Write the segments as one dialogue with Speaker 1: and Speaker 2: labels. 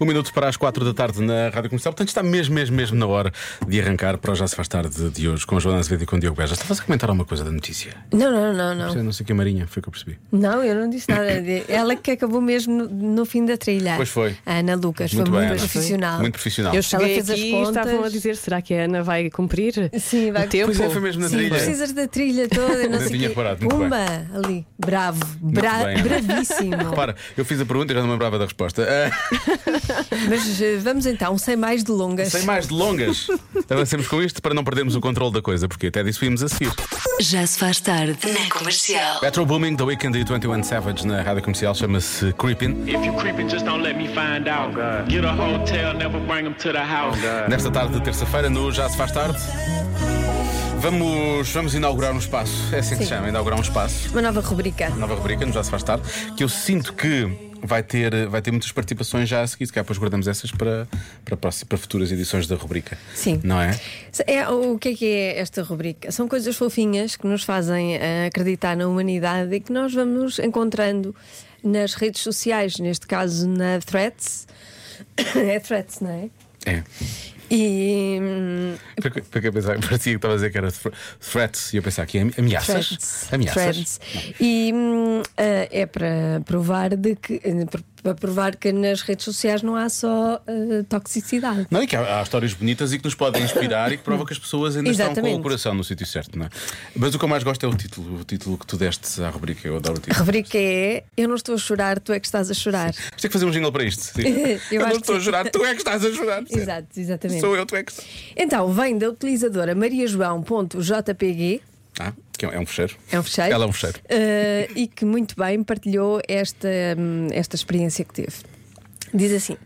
Speaker 1: Um minuto para as quatro da tarde na Rádio Comercial. Portanto, está mesmo, mesmo, mesmo na hora de arrancar para o Já Se Faz Tarde de hoje com a Joana Azevedo e com o Diogo Beja. Estavas a comentar alguma coisa da notícia? é
Speaker 2: Não, não, não, não.
Speaker 1: Não, sei o que, Marinha, foi o que eu percebi.
Speaker 2: Não, eu não disse nada. de- Ela que acabou mesmo no, no fim da trilha.
Speaker 1: Pois foi.
Speaker 2: A Ana Lucas,
Speaker 1: Muito
Speaker 2: foi
Speaker 1: bem,
Speaker 2: muito
Speaker 1: Ana.
Speaker 2: profissional.
Speaker 1: Muito profissional.
Speaker 2: Eu
Speaker 3: Cheguei
Speaker 2: Ela fez as
Speaker 3: aqui e
Speaker 2: contas.
Speaker 3: estavam a dizer: será que a Ana vai cumprir?
Speaker 2: Sim, vai
Speaker 3: o tempo?
Speaker 1: Pois é, foi mesmo na
Speaker 2: Sim,
Speaker 1: trilha.
Speaker 2: precisas da trilha toda, não
Speaker 1: Nem
Speaker 2: sei
Speaker 1: tinha
Speaker 2: quê.
Speaker 1: reparado, muito
Speaker 2: Pumba, ali. Bravo. Bra
Speaker 1: bem, Ana.
Speaker 2: bravíssimo.
Speaker 1: Repara, eu fiz a pergunta e já não me lembrava da resposta. Ah,
Speaker 2: Mas eh, vamos então, sem mais delongas.
Speaker 1: sem mais delongas, avancemos com isto para não perdermos o controle da coisa, porque até disso íamos a seguir.
Speaker 4: Já se faz tarde na comercial.
Speaker 1: Metro Booming, The Weeknd e 21 Savage na rádio comercial chama-se Creepin.
Speaker 5: If you creeping, just don't let me find out. Get a hotel, never bring them to the house.
Speaker 1: Nesta tarde de terça-feira, no Já Se Faz Tarde. Vamos, vamos inaugurar um espaço. É assim que se
Speaker 2: Sim.
Speaker 1: chama, inaugurar um espaço.
Speaker 2: Uma nova rubrica.
Speaker 1: Nova rubrica, no Já Se Faz Tarde, que eu sinto que. Vai ter, vai ter muitas participações já a seguir, se calhar depois guardamos essas para, para, próxi- para futuras edições da rubrica.
Speaker 2: Sim.
Speaker 1: Não é?
Speaker 2: É, o que é que é esta rubrica? São coisas fofinhas que nos fazem eh, acreditar na humanidade e que nós vamos encontrando nas redes sociais, neste caso na Threads. é Threads, não é?
Speaker 1: É.
Speaker 2: E. hum,
Speaker 1: Porque, porque eu pensava, parecia que estava a dizer que era thre- threats e eu pensava que ameaças.
Speaker 2: Threads.
Speaker 1: Ameaças.
Speaker 2: Threads. E hum, eh, é para provar, de que, eh, pr- para provar que nas redes sociais não há só eh, toxicidade.
Speaker 1: Não, e que há, há histórias bonitas e que nos podem inspirar e que provam que as pessoas ainda estão com
Speaker 2: Exatamente.
Speaker 1: o coração no sítio certo, não é? Mas o que eu mais gosto é o título, o título que tu deste à rubrica. Eu adoro o
Speaker 2: A
Speaker 1: título.
Speaker 2: rubrica é Eu não estou a chorar, tu é que estás a chorar.
Speaker 1: Tens que fazer um jingle para isto. sim.
Speaker 2: Eu
Speaker 1: eu não
Speaker 2: acho que
Speaker 1: estou a
Speaker 2: sim.
Speaker 1: jurar, tu é que estás a jurar. sim.
Speaker 2: Exato, exatamente.
Speaker 1: Sou eu, tu é que estás.
Speaker 2: Então, vem da utilizadora mariajoão.jpg
Speaker 1: Ah, que é um fecheiro.
Speaker 2: é um fecheiro.
Speaker 1: Ela é um fecheiro.
Speaker 2: eh, e que muito bem partilhou esta, hum, esta experiência que teve. Diz assim: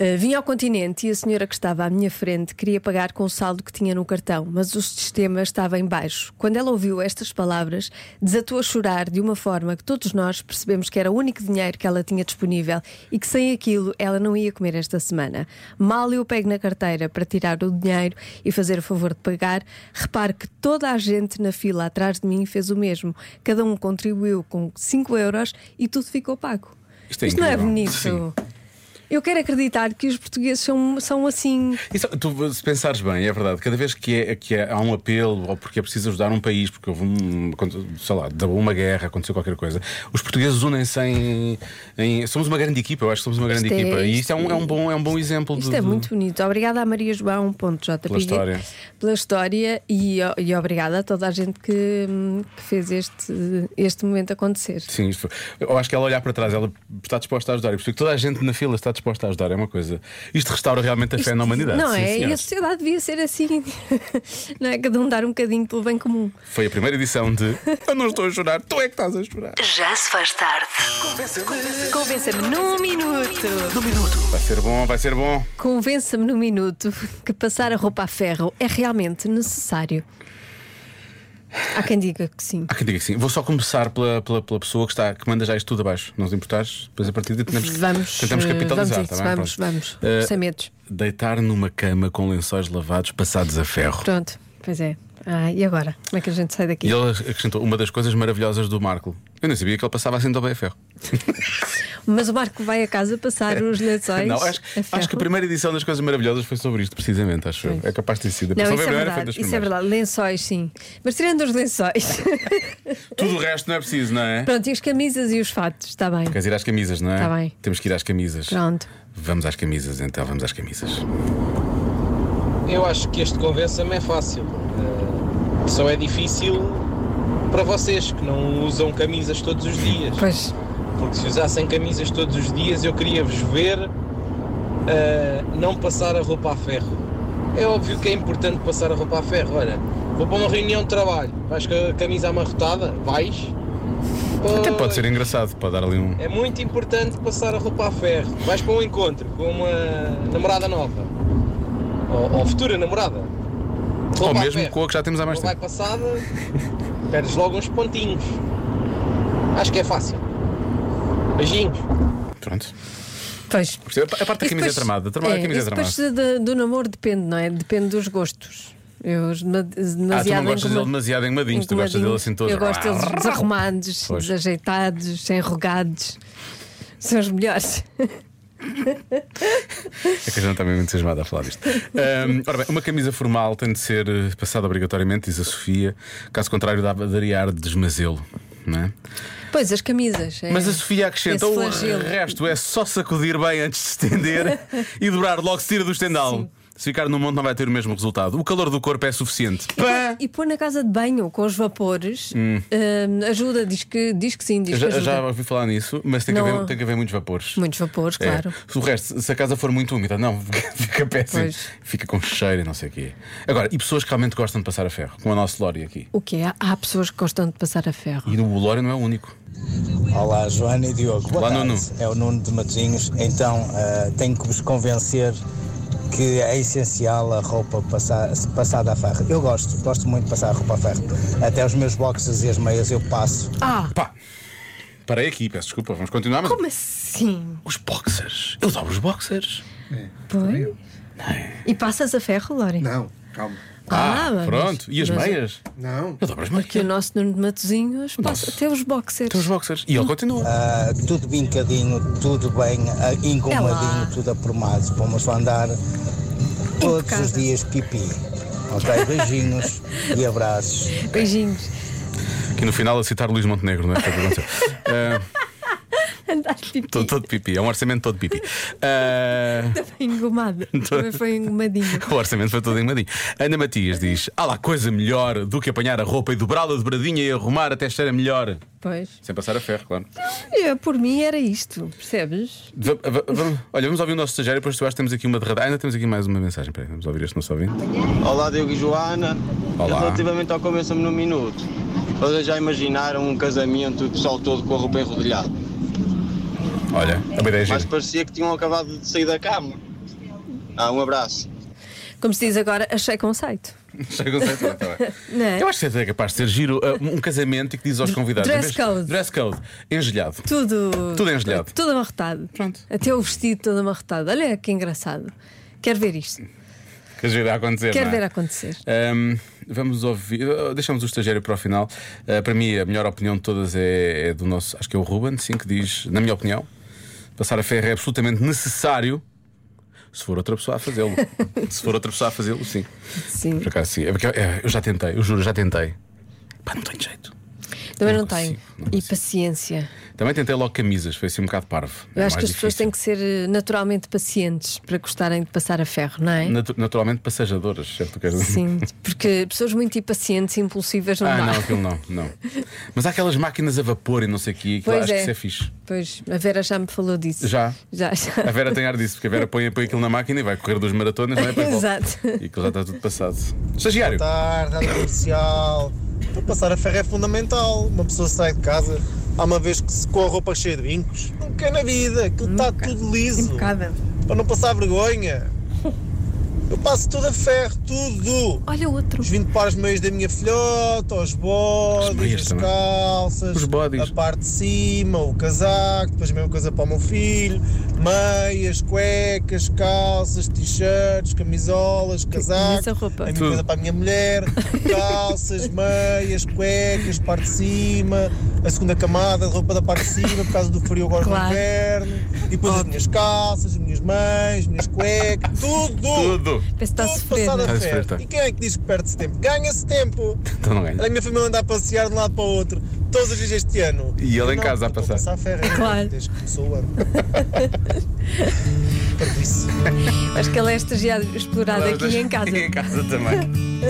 Speaker 2: eh, Vim ao continente e a senhora que estava à minha frente queria pagar com o saldo que tinha no cartão, mas o sistema estava em baixo. Quando ela ouviu estas palavras, desatou a chorar de uma forma que todos nós percebemos que era o único dinheiro que ela tinha disponível e que sem aquilo ela não ia comer esta semana. Mal eu pego na carteira para tirar o dinheiro e fazer o favor de pagar, repare que toda a gente na fila atrás de mim fez o mesmo. Cada um contribuiu com 5 euros e tudo ficou pago.
Speaker 1: Isto é
Speaker 2: não é
Speaker 1: incrível.
Speaker 2: bonito.
Speaker 1: Sim.
Speaker 2: Eu quero acreditar que os portugueses são, são assim.
Speaker 1: E só- tu, se pensares bem, é verdade, cada vez que, é, que é- há um apelo ou porque é preciso ajudar um país, porque houve, um, sei lá, deu uma guerra, aconteceu qualquer coisa, os portugueses unem-se em, em- Somos uma grande equipa, eu acho que somos uma grande
Speaker 2: Isto é-
Speaker 1: equipa. e isto é um,
Speaker 2: isto-
Speaker 1: é um bom, é um bom exemplo
Speaker 2: Isto
Speaker 1: de-
Speaker 2: é
Speaker 1: de-
Speaker 2: muito bonito. Obrigada a Maria João.
Speaker 1: Pela história.
Speaker 2: pela história e, e obrigada a toda a gente que, hum, que fez este, este momento acontecer.
Speaker 1: Sim, isto foi- eu acho que ela olhar para trás, ela está disposta a ajudar. E perceber que toda a gente na fila está disposta a ajudar, é uma coisa. Isto restaura realmente a fé
Speaker 2: Isto-
Speaker 1: na humanidade.
Speaker 2: Não
Speaker 1: sim,
Speaker 2: é?
Speaker 1: senhora.
Speaker 2: E a sociedade devia ser assim. não é? Cada um dar um bocadinho pelo bem comum.
Speaker 1: Foi a primeira edição de Eu não estou a chorar, tu é que estás a chorar.
Speaker 4: Já se faz tarde.
Speaker 2: Convença-me num minuto.
Speaker 1: Vai ser bom, vai ser bom.
Speaker 2: Convença-me num minuto que passar a roupa a ferro é realmente necessário. Há quem diga que sim.
Speaker 1: Há quem diga assim, vou só começar pela, pela, pela pessoa que, está, que manda já isto tudo abaixo. Não te importares, depois a partir daí tentamos,
Speaker 2: Vamos,
Speaker 1: tentamos
Speaker 2: eh,
Speaker 1: capitalizar.
Speaker 2: vamos, a isso,
Speaker 1: tá bem?
Speaker 2: vamos,
Speaker 1: Pronto.
Speaker 2: vamos,
Speaker 1: Eh,
Speaker 2: sem medos.
Speaker 1: Deitar numa cama com lençóis lavados passados a ferro.
Speaker 2: Pronto, pois é. Ah, e agora? Como é que a gente sai daqui?
Speaker 1: E ele acrescentou uma das coisas maravilhosas do Marco. Eu nem sabia que ele passava assim tão bem a ferro.
Speaker 2: Mas o Marco vai a casa passar os lençóis.
Speaker 1: É Não, acho,
Speaker 2: a é ferro.
Speaker 1: acho que a primeira edição das coisas maravilhosas foi sobre isto, precisamente, acho eu. É capaz de ter sido. A
Speaker 2: Não,
Speaker 1: pessoa
Speaker 2: isso
Speaker 1: foi a
Speaker 2: é,
Speaker 1: primeira, foi
Speaker 2: verdade,
Speaker 1: das
Speaker 2: isso é
Speaker 1: primeiras.
Speaker 2: verdade. Lençóis, sim. Mas tirando os lençóis.
Speaker 1: Tudo o resto não é preciso, não é?
Speaker 2: Pronto, e as camisas e os fatos, está bem.
Speaker 1: Queres ir às camisas, não é?
Speaker 2: Tá bem.
Speaker 1: Temos que ir às camisas.
Speaker 2: Pronto.
Speaker 1: Vamos às camisas, então, vamos às camisas.
Speaker 6: Eu acho que este convença-me é fácil. Eh, Só é difícil para vocês que não usam camisas todos os dias.
Speaker 2: Pois,
Speaker 6: Porque se usassem camisas todos os dias, eu queria vos ver eh, não passar a roupa a ferro. É óbvio que é importante passar a roupa a ferro. Olha, vou para uma reunião de trabalho. Vais com a camisa amarrotada? Vais?
Speaker 1: Até
Speaker 6: Pois.
Speaker 1: pode ser engraçado, pode dar ali um.
Speaker 6: É muito importante passar a roupa a ferro. Vais para um encontro com uma namorada nova. Ou, ou futura namorada. Roupa
Speaker 1: Ou
Speaker 6: a
Speaker 1: mesmo
Speaker 6: ferro.
Speaker 1: com a que já temos há mais
Speaker 6: Não vai
Speaker 1: tempo.
Speaker 6: passada, perdes logo uns pontinhos. Acho que é fácil. Beijinhos.
Speaker 1: Pronto.
Speaker 2: pois.
Speaker 1: Gostei. A parte da camisa
Speaker 2: E depois-
Speaker 1: é tramada. Tramada, a
Speaker 2: é,
Speaker 1: camisa é
Speaker 2: isso
Speaker 1: tramada.
Speaker 2: depois de- do namoro depende, não é? Depende dos gostos. Eu os dema-
Speaker 1: Ah, tu não
Speaker 2: demasiado
Speaker 1: gostas dele
Speaker 2: engoma-
Speaker 1: demasiado engomadinho, tu gostas dele assim todo.
Speaker 2: Eu gosto deles desarrumados,
Speaker 1: Pois.
Speaker 2: desajeitados, enrugados. São os melhores.
Speaker 1: É que a gente está mesmo entusiasmada a falar disto. Ahm, ora bem, uma camisa formal tem de ser eh, passada obrigatoriamente, diz a Sofia. Caso contrário, dá- daria ar de desmazelo. Não é?
Speaker 2: Pois, as camisas. é.
Speaker 1: Mas a Sofia acrescenta:
Speaker 2: Esse
Speaker 1: o
Speaker 2: flagelo."
Speaker 1: resto é só sacudir bem antes de estender e dobrar logo se tira do estendal. Se ficar no monte, não vai ter o mesmo resultado. O calor do corpo é suficiente. Pã!
Speaker 2: E pôr na casa de banho com os vapores hum, ajuda, diz que, diz que sim, diz
Speaker 1: Eu já,
Speaker 2: que
Speaker 1: eu
Speaker 2: ajuda.
Speaker 1: já ouvi falar nisso, mas tem que,
Speaker 2: Não.
Speaker 1: haver, tem que haver muitos vapores.
Speaker 2: Muitos vapores,
Speaker 1: É.
Speaker 2: claro.
Speaker 1: Se o resto, se a casa for muito úmida, não, fica péssimo.
Speaker 2: Pois.
Speaker 1: Fica com cheiro e não sei o quê. Agora, e pessoas que realmente gostam de passar a ferro, como a nossa Lória aqui.
Speaker 2: O que é? Há pessoas que gostam de passar a ferro.
Speaker 1: E o Lória não é o único.
Speaker 7: Olá, Joana e Diogo. Boa
Speaker 1: Olá,
Speaker 7: tarde.
Speaker 1: Nuno.
Speaker 7: É o Nuno de Matosinhos. Então, ah, tenho que vos convencer que é essencial a roupa passar- passada a ferro. Eu gosto, gosto muito de passar a roupa a ferro. Até os meus boxes e as meias eu passo.
Speaker 1: Pá, parei aqui, peço desculpa, vamos continuar. Mas...
Speaker 2: Ah, Como assim?
Speaker 1: Os boxers. Eu dobro os boxers.
Speaker 2: Pois.
Speaker 1: é?
Speaker 2: E passas a ferro, Lori?
Speaker 8: Não, calma.
Speaker 2: mas-
Speaker 1: Ah, pronto. E as
Speaker 2: mas-
Speaker 1: meias?
Speaker 8: Não.
Speaker 1: Eu dobro as meias.
Speaker 2: Que o nosso Nuno de Matozinhos passa
Speaker 1: Nossa.
Speaker 2: até os boxers.
Speaker 1: Tem os boxers. E ele continua.
Speaker 7: Ah, tudo bincadinho, tudo bem, ah, engomadinho, tudo aprumado. Vamos andar todos
Speaker 2: Impecável.
Speaker 7: os dias pipi. Ok? Beijinhos e abraços.
Speaker 2: Beijinhos.
Speaker 1: Aqui no final a citar Luís Montenegro, não é? Foi o que aconteceu.
Speaker 2: Andaste pipi.
Speaker 1: todo, todo pipi. É um orçamento todo pipi. Ah,
Speaker 2: Engomado. Também foi engomadinho.
Speaker 1: O orçamento foi todo engomadinho. Ana Matias diz: Há lá coisa melhor do que apanhar a roupa e dobrá-la dobradinha e arrumar até estar a melhor.
Speaker 2: Pois.
Speaker 1: Sem passar a ferro, claro.
Speaker 2: Eu, por mim era isto, percebes?
Speaker 1: Va- va- va- Olha, vamos ouvir o nosso estagiário, depois tu acho que temos aqui uma derrada. Ah, ainda temos aqui mais uma mensagem. Peraí, vamos ouvir este nosso ouvinte.
Speaker 9: Olá Diogo e Joana.
Speaker 1: Olá.
Speaker 9: Relativamente ao Convença-me num Minuto, vocês já imaginaram um casamento o pessoal todo com a roupa enrodilhada?
Speaker 1: Olha, a ideia é gira.
Speaker 9: Mas parecia que tinham acabado de sair da cama. Ah, um abraço.
Speaker 2: Como se diz agora, achei conceito.
Speaker 1: Chega o centro, tá bem.
Speaker 2: Não é?
Speaker 1: Eu acho que até é capaz de ser giro uh, um casamento e que diz aos convidados: em
Speaker 2: Dress
Speaker 1: vez-
Speaker 2: code.
Speaker 1: Dress code. Engelhado.
Speaker 2: Tudo.
Speaker 1: Tudo engelhado.
Speaker 2: Tudo amarrotado.
Speaker 1: Pronto.
Speaker 2: Até o vestido todo amarrotado. Olha que engraçado. Quero ver
Speaker 1: É
Speaker 2: isto.
Speaker 1: Quer dizer, a acontecer.
Speaker 2: Quero
Speaker 1: não é?
Speaker 2: ver acontecer.
Speaker 1: Ahm, vamos ouvir. uh, Deixamos o estagiário para o final. Ah, para mim, a melhor opinião de todas é, é do nosso. Acho que é o Ruben, sim, que diz: na minha opinião, passar a ferro é absolutamente necessário. Se for outra pessoa a fazê-lo. Se for outra pessoa a fazê-lo, sim.
Speaker 2: Sim.
Speaker 1: Por acaso, sim. É porque, é, eu já tentei, eu juro, já tentei. Pá, não tenho jeito.
Speaker 2: Também não,
Speaker 1: não
Speaker 2: tenho.
Speaker 1: consigo, não
Speaker 2: e
Speaker 1: consigo.
Speaker 2: paciência.
Speaker 1: Também tentei logo camisas, foi assim um bocado parvo.
Speaker 2: Eu
Speaker 1: É
Speaker 2: acho que
Speaker 1: mais
Speaker 2: as pessoas
Speaker 1: difícil.
Speaker 2: têm que ser eh, naturalmente pacientes para gostarem de passar a ferro, não é?
Speaker 1: Natu- naturalmente passageadoras, certo? Quer dizer?
Speaker 2: Sim, porque pessoas muito impacientes e impulsivas não
Speaker 1: Ah,
Speaker 2: dá.
Speaker 1: não, aquilo não, não. Mas há aquelas máquinas a vapor e não sei o quê, aquilo
Speaker 2: Pois
Speaker 1: acho
Speaker 2: é.
Speaker 1: que isso é fixe.
Speaker 2: Pois, a Vera já me falou disso.
Speaker 1: Já.
Speaker 2: Já, já.
Speaker 1: A Vera tem ar disso, porque a Vera põe, põe aquilo na máquina e vai correr duas maratonas, não é? Depois volta.
Speaker 2: Exato.
Speaker 1: E aquilo já está tudo passado. Estagiário!
Speaker 6: Tá.
Speaker 7: tarde, rádio comercial. Para passar a ferro é fundamental. Uma pessoa sai de casa, há uma vez que se com a roupa cheia de brincos, não quer na vida, aquilo está tudo liso.
Speaker 2: Impecável.
Speaker 7: Para não passar vergonha. Eu passo tudo a ferro, tudo.
Speaker 2: Olha outro.
Speaker 7: Os 20 pares de meias da minha filhota, os
Speaker 1: As
Speaker 7: bodes,
Speaker 1: meias
Speaker 7: as
Speaker 1: também.
Speaker 7: calças,
Speaker 1: Os bodes.
Speaker 7: a parte de cima, o casaco, depois a mesma coisa para o meu filho, meias, cuecas, calças, t-shirts, camisolas, casaco,
Speaker 2: imensa roupa.
Speaker 7: a mesma
Speaker 1: Tudo.
Speaker 7: coisa para a minha mulher, calças, meias, cuecas, parte de cima, a segunda camada de roupa da parte de cima por causa do frio agora
Speaker 2: Claro.
Speaker 7: no inverno, e depois as minhas calças, as minhas meias, as minhas cuecas,
Speaker 1: Tudo!
Speaker 2: Parece que está a
Speaker 7: tudo
Speaker 2: sofrer.
Speaker 7: passado
Speaker 2: não
Speaker 7: a
Speaker 10: Tá
Speaker 2: é?
Speaker 1: Está a
Speaker 7: ferro.
Speaker 1: sofrer, está.
Speaker 7: E quem é que diz que perde-se tempo? Ganha-se tempo.
Speaker 1: Então não
Speaker 7: A
Speaker 1: ganha.
Speaker 7: minha família anda a passear de um lado para o outro, todos os dias este ano.
Speaker 1: E ele em
Speaker 7: Não,
Speaker 1: casa a
Speaker 7: eu estou
Speaker 1: passar.
Speaker 7: a ferro.
Speaker 2: Claro.
Speaker 7: Desde que começou o ano. Pardice.
Speaker 2: Acho que ela é estagiária explorada aqui em casa.
Speaker 1: em casa também.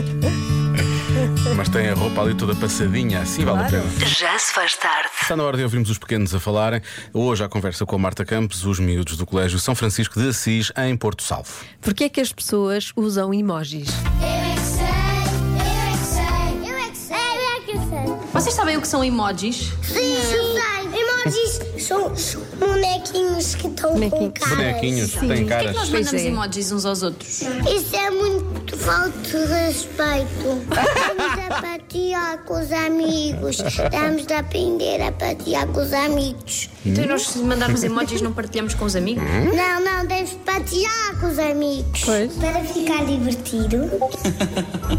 Speaker 1: Mas tem a roupa ali toda passadinha, assim vale a
Speaker 2: Claro.
Speaker 1: pena.
Speaker 4: Já se faz tarde.
Speaker 1: Está na hora de ouvirmos os pequenos a falarem. Hoje a conversa com a Marta Campos, os miúdos do Colégio São Francisco de Assis, em Porto Salvo.
Speaker 2: Porquê é que as pessoas usam emojis?
Speaker 11: Eu é que sei, eu é que sei, eu é que sei, eu é que sei.
Speaker 12: Vocês sabem o que são emojis?
Speaker 11: Sim, eu sei. Emojis são os bonequinhos que estão com
Speaker 2: Bonequinhos.
Speaker 11: caras.
Speaker 1: Bonequinhos, têm
Speaker 12: Porquê é
Speaker 1: caras.
Speaker 12: que nós
Speaker 2: Pois
Speaker 12: mandamos
Speaker 2: é.
Speaker 12: emojis uns aos outros?
Speaker 11: Isso é muito falta de respeito. Estamos a patear com os amigos. Estamos a aprender a patear com os amigos.
Speaker 12: Então e nós se mandarmos emojis não partilhamos com os amigos?
Speaker 11: Não, não, deves patear com os amigos.
Speaker 2: Pois.
Speaker 11: Para ficar divertido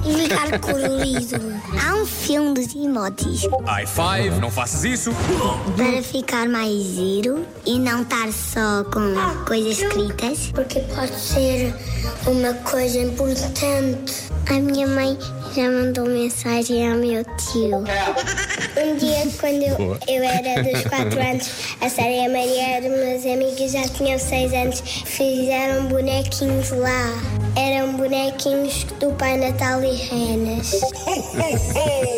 Speaker 11: e ficar colorido. Há um filme dos emojis
Speaker 8: High five, não faças isso.
Speaker 11: para ficar mais giro e não estar só com coisas escritas. Porque pode ser uma coisa importante. A minha mãe já mandou mensagem ao meu tio. Um dia, quando eu,
Speaker 1: Boa.
Speaker 11: eu era dos 4 anos, a Sara e a Maria eram meus amigos, já tinham 6 anos, fizeram bonequinhos lá. Eram bonequinhos do Pai Natal e renas.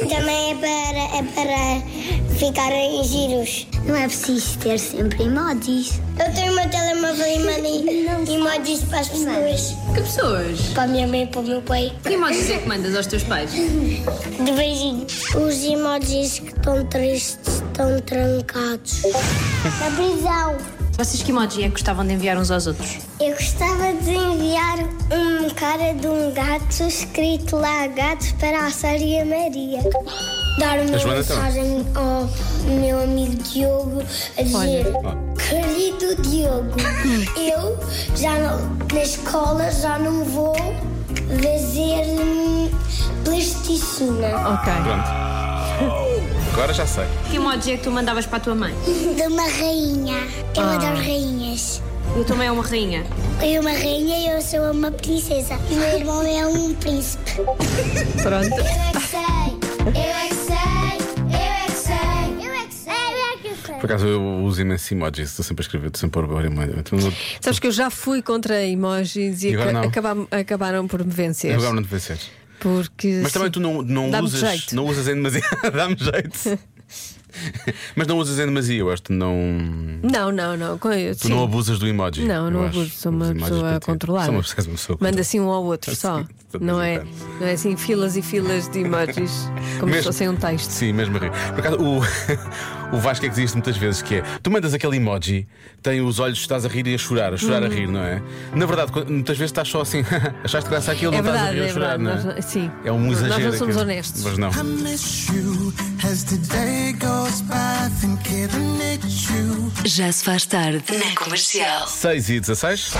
Speaker 11: Também é para, é para ficarem giros. Não é preciso ter sempre emojis. Eu tenho uma telemóvel e mandei emojis para as pessoas.
Speaker 12: Que pessoas?
Speaker 11: Para a minha mãe e para o meu pai.
Speaker 12: Que emojis é que mandas aos teus pais?
Speaker 11: De beijinho. Os emojis que estão tristes estão trancados. Na prisão.
Speaker 12: Vocês que emoji é que gostavam de enviar uns aos outros?
Speaker 11: Eu gostava de enviar um cara de um gato escrito lá gatos para a Sara e a Maria. Dar uma
Speaker 1: A Joana também.
Speaker 11: mensagem ao meu amigo Diogo a dizer Querido Diogo, eu já não- na escola já não vou fazer hum, plasticina.
Speaker 3: Ok.
Speaker 1: Pronto. Agora já sei.
Speaker 12: Que emoji é que tu mandavas para a tua mãe?
Speaker 11: De uma rainha. Eu adoro rainhas.
Speaker 12: Eu também é uma rainha.
Speaker 11: Eu uma rainha e eu sou uma princesa. E meu irmão é um príncipe.
Speaker 3: Pronto.
Speaker 11: Eu é que sei, eu é que sei, eu é que sei, eu é que sei, eu é que sei.
Speaker 1: Por acaso eu uso imenso emojis, estou sempre a escrever, estou sempre a pôr emojis. Então, eu-
Speaker 2: Sabes que eu já fui contra emojis
Speaker 1: E
Speaker 2: e
Speaker 1: agora
Speaker 2: aca-
Speaker 1: não.
Speaker 2: acabam- acabaram por me vencer.
Speaker 1: Agora não te vences.
Speaker 2: Porque.
Speaker 1: Mas também
Speaker 2: sim,
Speaker 1: tu não, não
Speaker 2: dá-me
Speaker 1: usas.
Speaker 2: Jeito.
Speaker 1: Não usas em demasia. Dá-me jeito. Mas não usas em demasia, eu acho que não.
Speaker 2: Não, não, não. com-
Speaker 1: Tu
Speaker 2: sim.
Speaker 1: não abusas do emoji.
Speaker 2: Não,
Speaker 1: eu
Speaker 2: não
Speaker 1: acho.
Speaker 2: abuso, sou
Speaker 1: Os
Speaker 2: uma
Speaker 1: emojis
Speaker 2: pessoa
Speaker 1: para ti.
Speaker 2: controlada.
Speaker 1: Sou uma pessoa, uma pessoa
Speaker 2: Manda
Speaker 1: controlada.
Speaker 2: assim um ao outro só.
Speaker 1: Sim, de vez
Speaker 2: Não
Speaker 1: em
Speaker 2: é,
Speaker 1: quando.
Speaker 2: não é assim filas e filas de emojis, como se
Speaker 1: Mesmo-
Speaker 2: fossem um texto.
Speaker 1: Sim, mesmo a rir. Por acaso, o, o Vasco é que diz isto muitas vezes: que é tu mandas aquele emoji, tem os olhos, estás a rir e a chorar, a chorar
Speaker 2: Uhum.
Speaker 1: a rir, não é? Na verdade, quando- muitas vezes estás só assim, achaste graça aquilo,
Speaker 2: É
Speaker 1: não estás a
Speaker 2: verdade,
Speaker 1: rir
Speaker 2: é
Speaker 1: a chorar,
Speaker 2: verdade.
Speaker 1: não é?
Speaker 2: nós não- sim.
Speaker 1: É um
Speaker 2: Nós não
Speaker 1: exagero.
Speaker 2: somos
Speaker 1: aquilo.
Speaker 2: honestos.
Speaker 1: Mas não.
Speaker 13: I miss you as the day goes by, thinking I need you.
Speaker 4: Já se faz tarde na comercial.
Speaker 1: 6 e 16.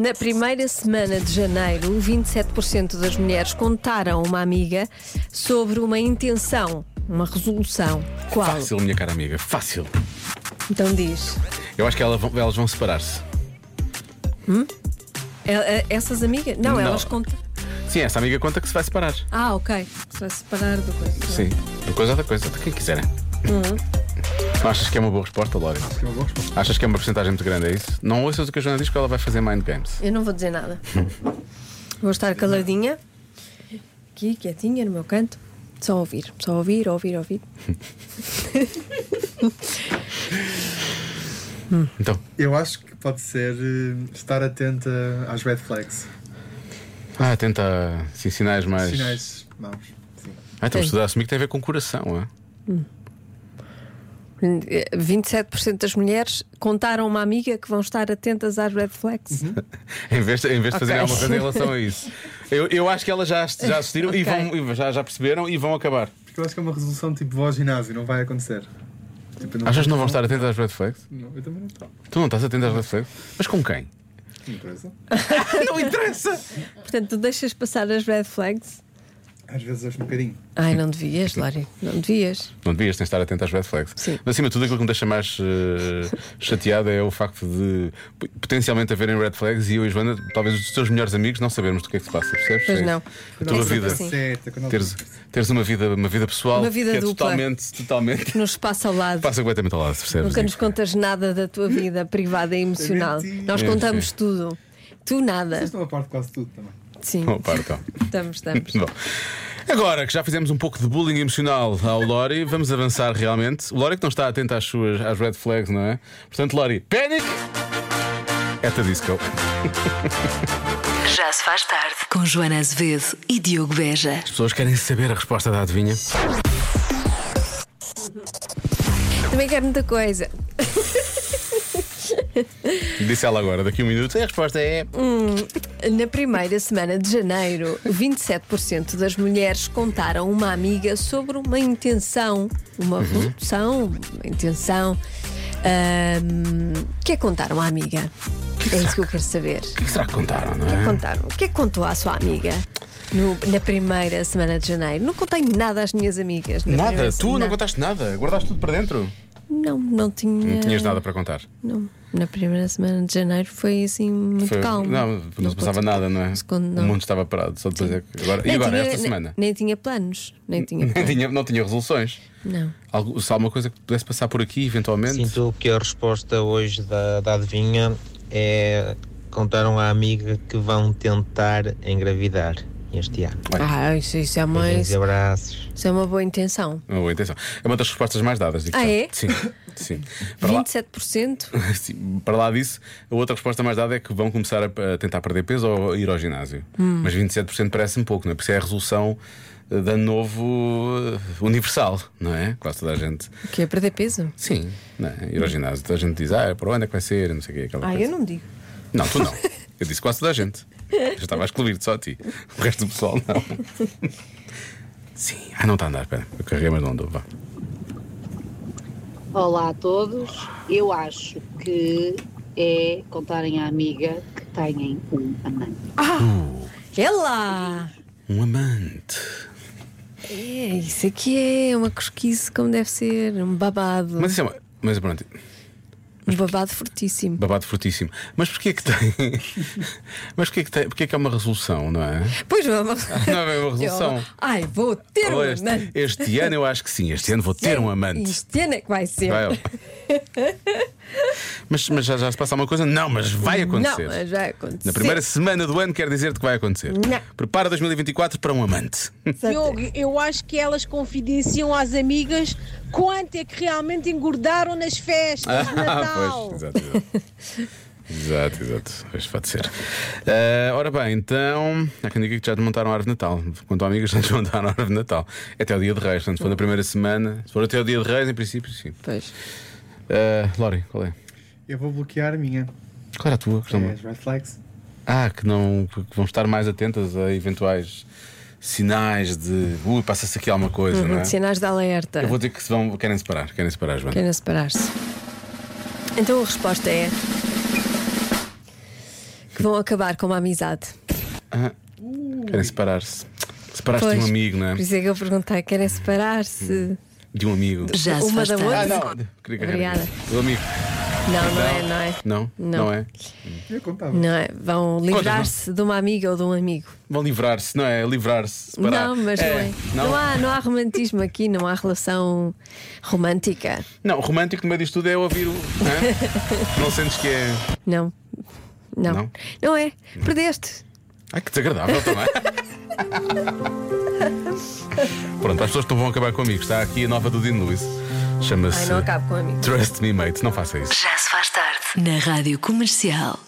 Speaker 2: Na primeira semana de janeiro, 27% das mulheres contaram a uma amiga sobre uma intenção, uma resolução. Qual?
Speaker 1: Fácil, minha cara amiga, fácil.
Speaker 2: Então diz.
Speaker 1: Eu acho que ela- elas vão separar-se.
Speaker 2: E- e- É, Essas amigas? Não,
Speaker 1: Não.
Speaker 2: elas contam.
Speaker 1: Sim, essa amiga conta que se vai separar.
Speaker 2: Ah, ok. Se vai separar do coisa.
Speaker 1: Sim. Uma coisa outra coisa, de quem quiserem.
Speaker 2: Hum.
Speaker 1: Não Achas que é uma boa resposta, Lória? Achas que é uma porcentagem muito grande, é isso? Não ouças o que a Joana diz que ela vai fazer mind games.
Speaker 2: Eu não vou dizer nada. vou estar caladinha, aqui, quietinha, no meu canto. Só ouvir, só ouvir, ouvir, ouvir.
Speaker 1: Então,
Speaker 10: Eu acho que pode ser eh, estar atenta às red flags.
Speaker 1: ah, tenta sim, sinais mais.
Speaker 10: Sinais maus. Sim.
Speaker 1: Ah, então
Speaker 2: Sim.
Speaker 1: estudar assumir que tem a ver com coração, é?
Speaker 2: 27% das mulheres contaram a uma amiga que vão estar atentas às red flags.
Speaker 1: Uhum. Em vez, de- em vez de fazer
Speaker 2: Ok.
Speaker 1: alguma coisa em relação a isso. Eu, eu acho que elas já, ass- já assistiram e,
Speaker 2: Ok.
Speaker 1: vão, e já, já perceberam e vão acabar.
Speaker 10: Porque eu acho que é uma resolução tipo vou ao ginásio, não vai acontecer. Tipo, eu
Speaker 1: Achas que não vão estar atentas às red flags?
Speaker 10: Não, eu também não estou. Não
Speaker 1: Tu não estás atenta às red flags? Mas com quem?
Speaker 10: interessa.
Speaker 1: não interessa!
Speaker 2: Portanto, tu deixas passar as red flags?
Speaker 10: Às vezes acho um bocadinho.
Speaker 2: Ai, não devias, Lória, não devias.
Speaker 1: Não devias, tens de estar atento às red flags. Mas acima de tudo, aquilo que me deixa mais eh, chateado é o facto de p- potencialmente haverem red flags e eu e Joana, talvez os teus melhores amigos, não sabermos do que é que se passa, percebes?
Speaker 2: Pois
Speaker 1: É
Speaker 2: não.
Speaker 1: A
Speaker 2: É
Speaker 1: tua
Speaker 2: sempre
Speaker 1: vida.
Speaker 2: assim.
Speaker 10: Certo, é quando
Speaker 1: Teres, teres uma vida, uma vida pessoal
Speaker 2: Uma vida
Speaker 1: que é
Speaker 2: dupla.
Speaker 1: totalmente, totalmente.
Speaker 2: Que nos passa ao lado.
Speaker 1: Passa completamente ao lado, percebes?
Speaker 2: Nunca nos contas nada da tua vida privada e emocional.
Speaker 10: mentira.
Speaker 2: Nós
Speaker 1: É,
Speaker 2: contamos
Speaker 1: sim.
Speaker 2: tudo. Tu nada.
Speaker 10: Vocês estão a é parte de quase tudo também.
Speaker 2: Sim,
Speaker 1: Bom, pá, então.
Speaker 2: estamos, estamos.
Speaker 1: Bom. Agora que já fizemos um pouco de bullying emocional ao Lori, vamos avançar realmente. O Lori que não está atento às suas às red flags, não é? Portanto, Lori, panic! É a disco.
Speaker 4: Já se faz tarde com Joana Azevedo e Diogo Beja.
Speaker 1: As pessoas querem saber a resposta da adivinha.
Speaker 2: Também quero muita coisa.
Speaker 1: Disse ela agora, daqui a um minuto. E a resposta é.
Speaker 2: Na primeira semana de janeiro, 27% das mulheres contaram uma amiga sobre uma intenção, uma
Speaker 1: Uhum.
Speaker 2: redução, uma intenção. ahm, que é contaram à amiga. é isso que eu quero saber.
Speaker 1: O que é que será que contaram, não
Speaker 2: O que é
Speaker 1: é?
Speaker 2: que contaram? O que é que contou à sua amiga no- na primeira semana de janeiro? Não contei nada às minhas amigas. na
Speaker 1: Nada,
Speaker 2: primeira
Speaker 1: tu não
Speaker 2: semana.
Speaker 1: contaste nada, guardaste tudo para dentro.
Speaker 2: Não, não tinha.
Speaker 1: Não tinhas nada para contar.
Speaker 2: Não. Na primeira semana de janeiro foi assim muito
Speaker 1: Foi-
Speaker 2: calmo.
Speaker 1: Não, não, se passava nada, não é?
Speaker 2: quando não.
Speaker 1: O mundo estava parado, só depois é que. Agora, e
Speaker 2: Nem
Speaker 1: agora,
Speaker 2: tinha-
Speaker 1: esta
Speaker 2: nem-
Speaker 1: semana?
Speaker 2: Nem, tinha planos. Nem tinha
Speaker 1: Nem
Speaker 2: planos.
Speaker 1: tinha- não tinha resoluções.
Speaker 2: Não.
Speaker 1: Algo, se há alguma coisa que pudesse passar por aqui, eventualmente.
Speaker 14: Sinto que a resposta hoje da, da adivinha é contaram à amiga que vão tentar engravidar este ano.
Speaker 2: Ah, isso, isso é uma.
Speaker 14: Beijinhos e
Speaker 2: Isso,
Speaker 14: abraços.
Speaker 2: isso é uma boa intenção.
Speaker 1: Uma boa intenção. É uma das respostas mais dadas. digo
Speaker 2: Ah,
Speaker 1: já.
Speaker 2: é?
Speaker 1: Sim, sim. Para lá,
Speaker 2: 27%?
Speaker 1: sim, para lá disso, a outra resposta mais dada é que vão começar a, a tentar perder peso ou ir ao ginásio.
Speaker 2: Hum.
Speaker 1: Mas 27% parece-me pouco, não é? Porque isso é a resolução eh, da novo eh, universal, não é? Quase toda a gente.
Speaker 2: O que é perder peso?
Speaker 1: Sim. Não é? Ir ao ginásio. Toda a gente diz, ah, para onde é que vai ser? Não sei o quê. Aquela
Speaker 2: Ah,
Speaker 1: coisa.
Speaker 2: eu não digo.
Speaker 1: Não, tu não. Eu disse quase toda a gente. Eu estava a excluir-te só a ti. O resto do pessoal não. Sim. Ah, não está a andar, espera. Eu carreguei, mas não andou. Vá.
Speaker 15: Olá a todos. Eu acho que é contarem à amiga que têm um amante.
Speaker 2: É lá!
Speaker 1: Um amante.
Speaker 2: É, isso aqui é uma cosquice como deve ser, um babado.
Speaker 1: Mas isso é uma. Mas pronto,
Speaker 2: Um babado fortíssimo.
Speaker 1: babado fortíssimo. Mas porquê que tem. Mas porquê que tem. Porquê que é uma resolução, não é?
Speaker 2: Pois vamos.
Speaker 1: Não é uma resolução.
Speaker 2: Ai, vou ter um
Speaker 1: Ou este,
Speaker 2: amante.
Speaker 1: este ano eu acho que sim, este ano vou ter um amante.
Speaker 2: Este ano é que vai ser.
Speaker 1: Vai, ó. Mas, mas já, já se passa alguma coisa? Não, mas vai acontecer.
Speaker 2: Não, mas vai acontecer.
Speaker 1: Na primeira semana do ano quer dizer-te que vai acontecer.
Speaker 16: Não.
Speaker 1: Prepara 2024 para um amante.
Speaker 16: Diogo, eu acho que elas confidenciam às amigas quanto é que realmente engordaram nas festas de Natal.
Speaker 1: Ah, pois, exato, exato. Exato, exato. Pois pode ser. Eh, ora bem, então. Há quem diga que já desmontaram a árvore de Natal. Quanto a amigas, já desmontaram a árvore de Natal. É Até o dia de Reis. Portanto, se for na primeira semana. Se for até o dia de Reis, em princípio, sim.
Speaker 2: Pois.
Speaker 1: Lori, qual é?
Speaker 10: Eu vou bloquear a minha.
Speaker 1: Qual era a tua?
Speaker 10: É, as red flags.
Speaker 1: Ah, que, não, que vão estar mais atentas a eventuais sinais de. Ui, passa-se aqui alguma coisa,
Speaker 2: Uhum,
Speaker 1: não é?
Speaker 2: Sinais de alerta.
Speaker 1: Eu vou dizer que se vão, querem separar, querem separar, Joana.
Speaker 2: Querem separar-se. Então a resposta é. que vão acabar com uma amizade.
Speaker 1: Ah, querem separar-se. Separaste de um
Speaker 2: Pois,
Speaker 1: amigo, não é?
Speaker 2: Por isso é que eu perguntei: querem separar-se?
Speaker 1: De um amigo.
Speaker 2: Já se Uma faz da tarde. outra?
Speaker 1: Ah, não. Queria que era
Speaker 2: Obrigada.
Speaker 1: Do amigo. Ah,
Speaker 2: Não, não é, não é.
Speaker 1: Não, não,
Speaker 2: Não.
Speaker 1: é.
Speaker 10: Eu contava.
Speaker 2: Não é? Vão livrar-se de uma amiga ou de um amigo.
Speaker 1: Vão livrar-se, não é? Livrar-se. separar.
Speaker 2: Não, mas
Speaker 1: É,
Speaker 2: não é. Não. há, não há romantismo aqui, não há relação romântica.
Speaker 1: Não, romântico no meio disto tudo é ouvir o. Não, é? Não sentes que é.
Speaker 2: Não. Não. Não, é? Perdeste.
Speaker 1: Ai, que desagradável também. Pronto, as pessoas que não vão acabar comigo. Está aqui a nova do Dean Lewis. Chama-se.
Speaker 4: Ai, não acabo
Speaker 2: com amigos.
Speaker 1: Trust Me Mate. Não faça isso.
Speaker 4: Já se faz tarde na Rádio Comercial.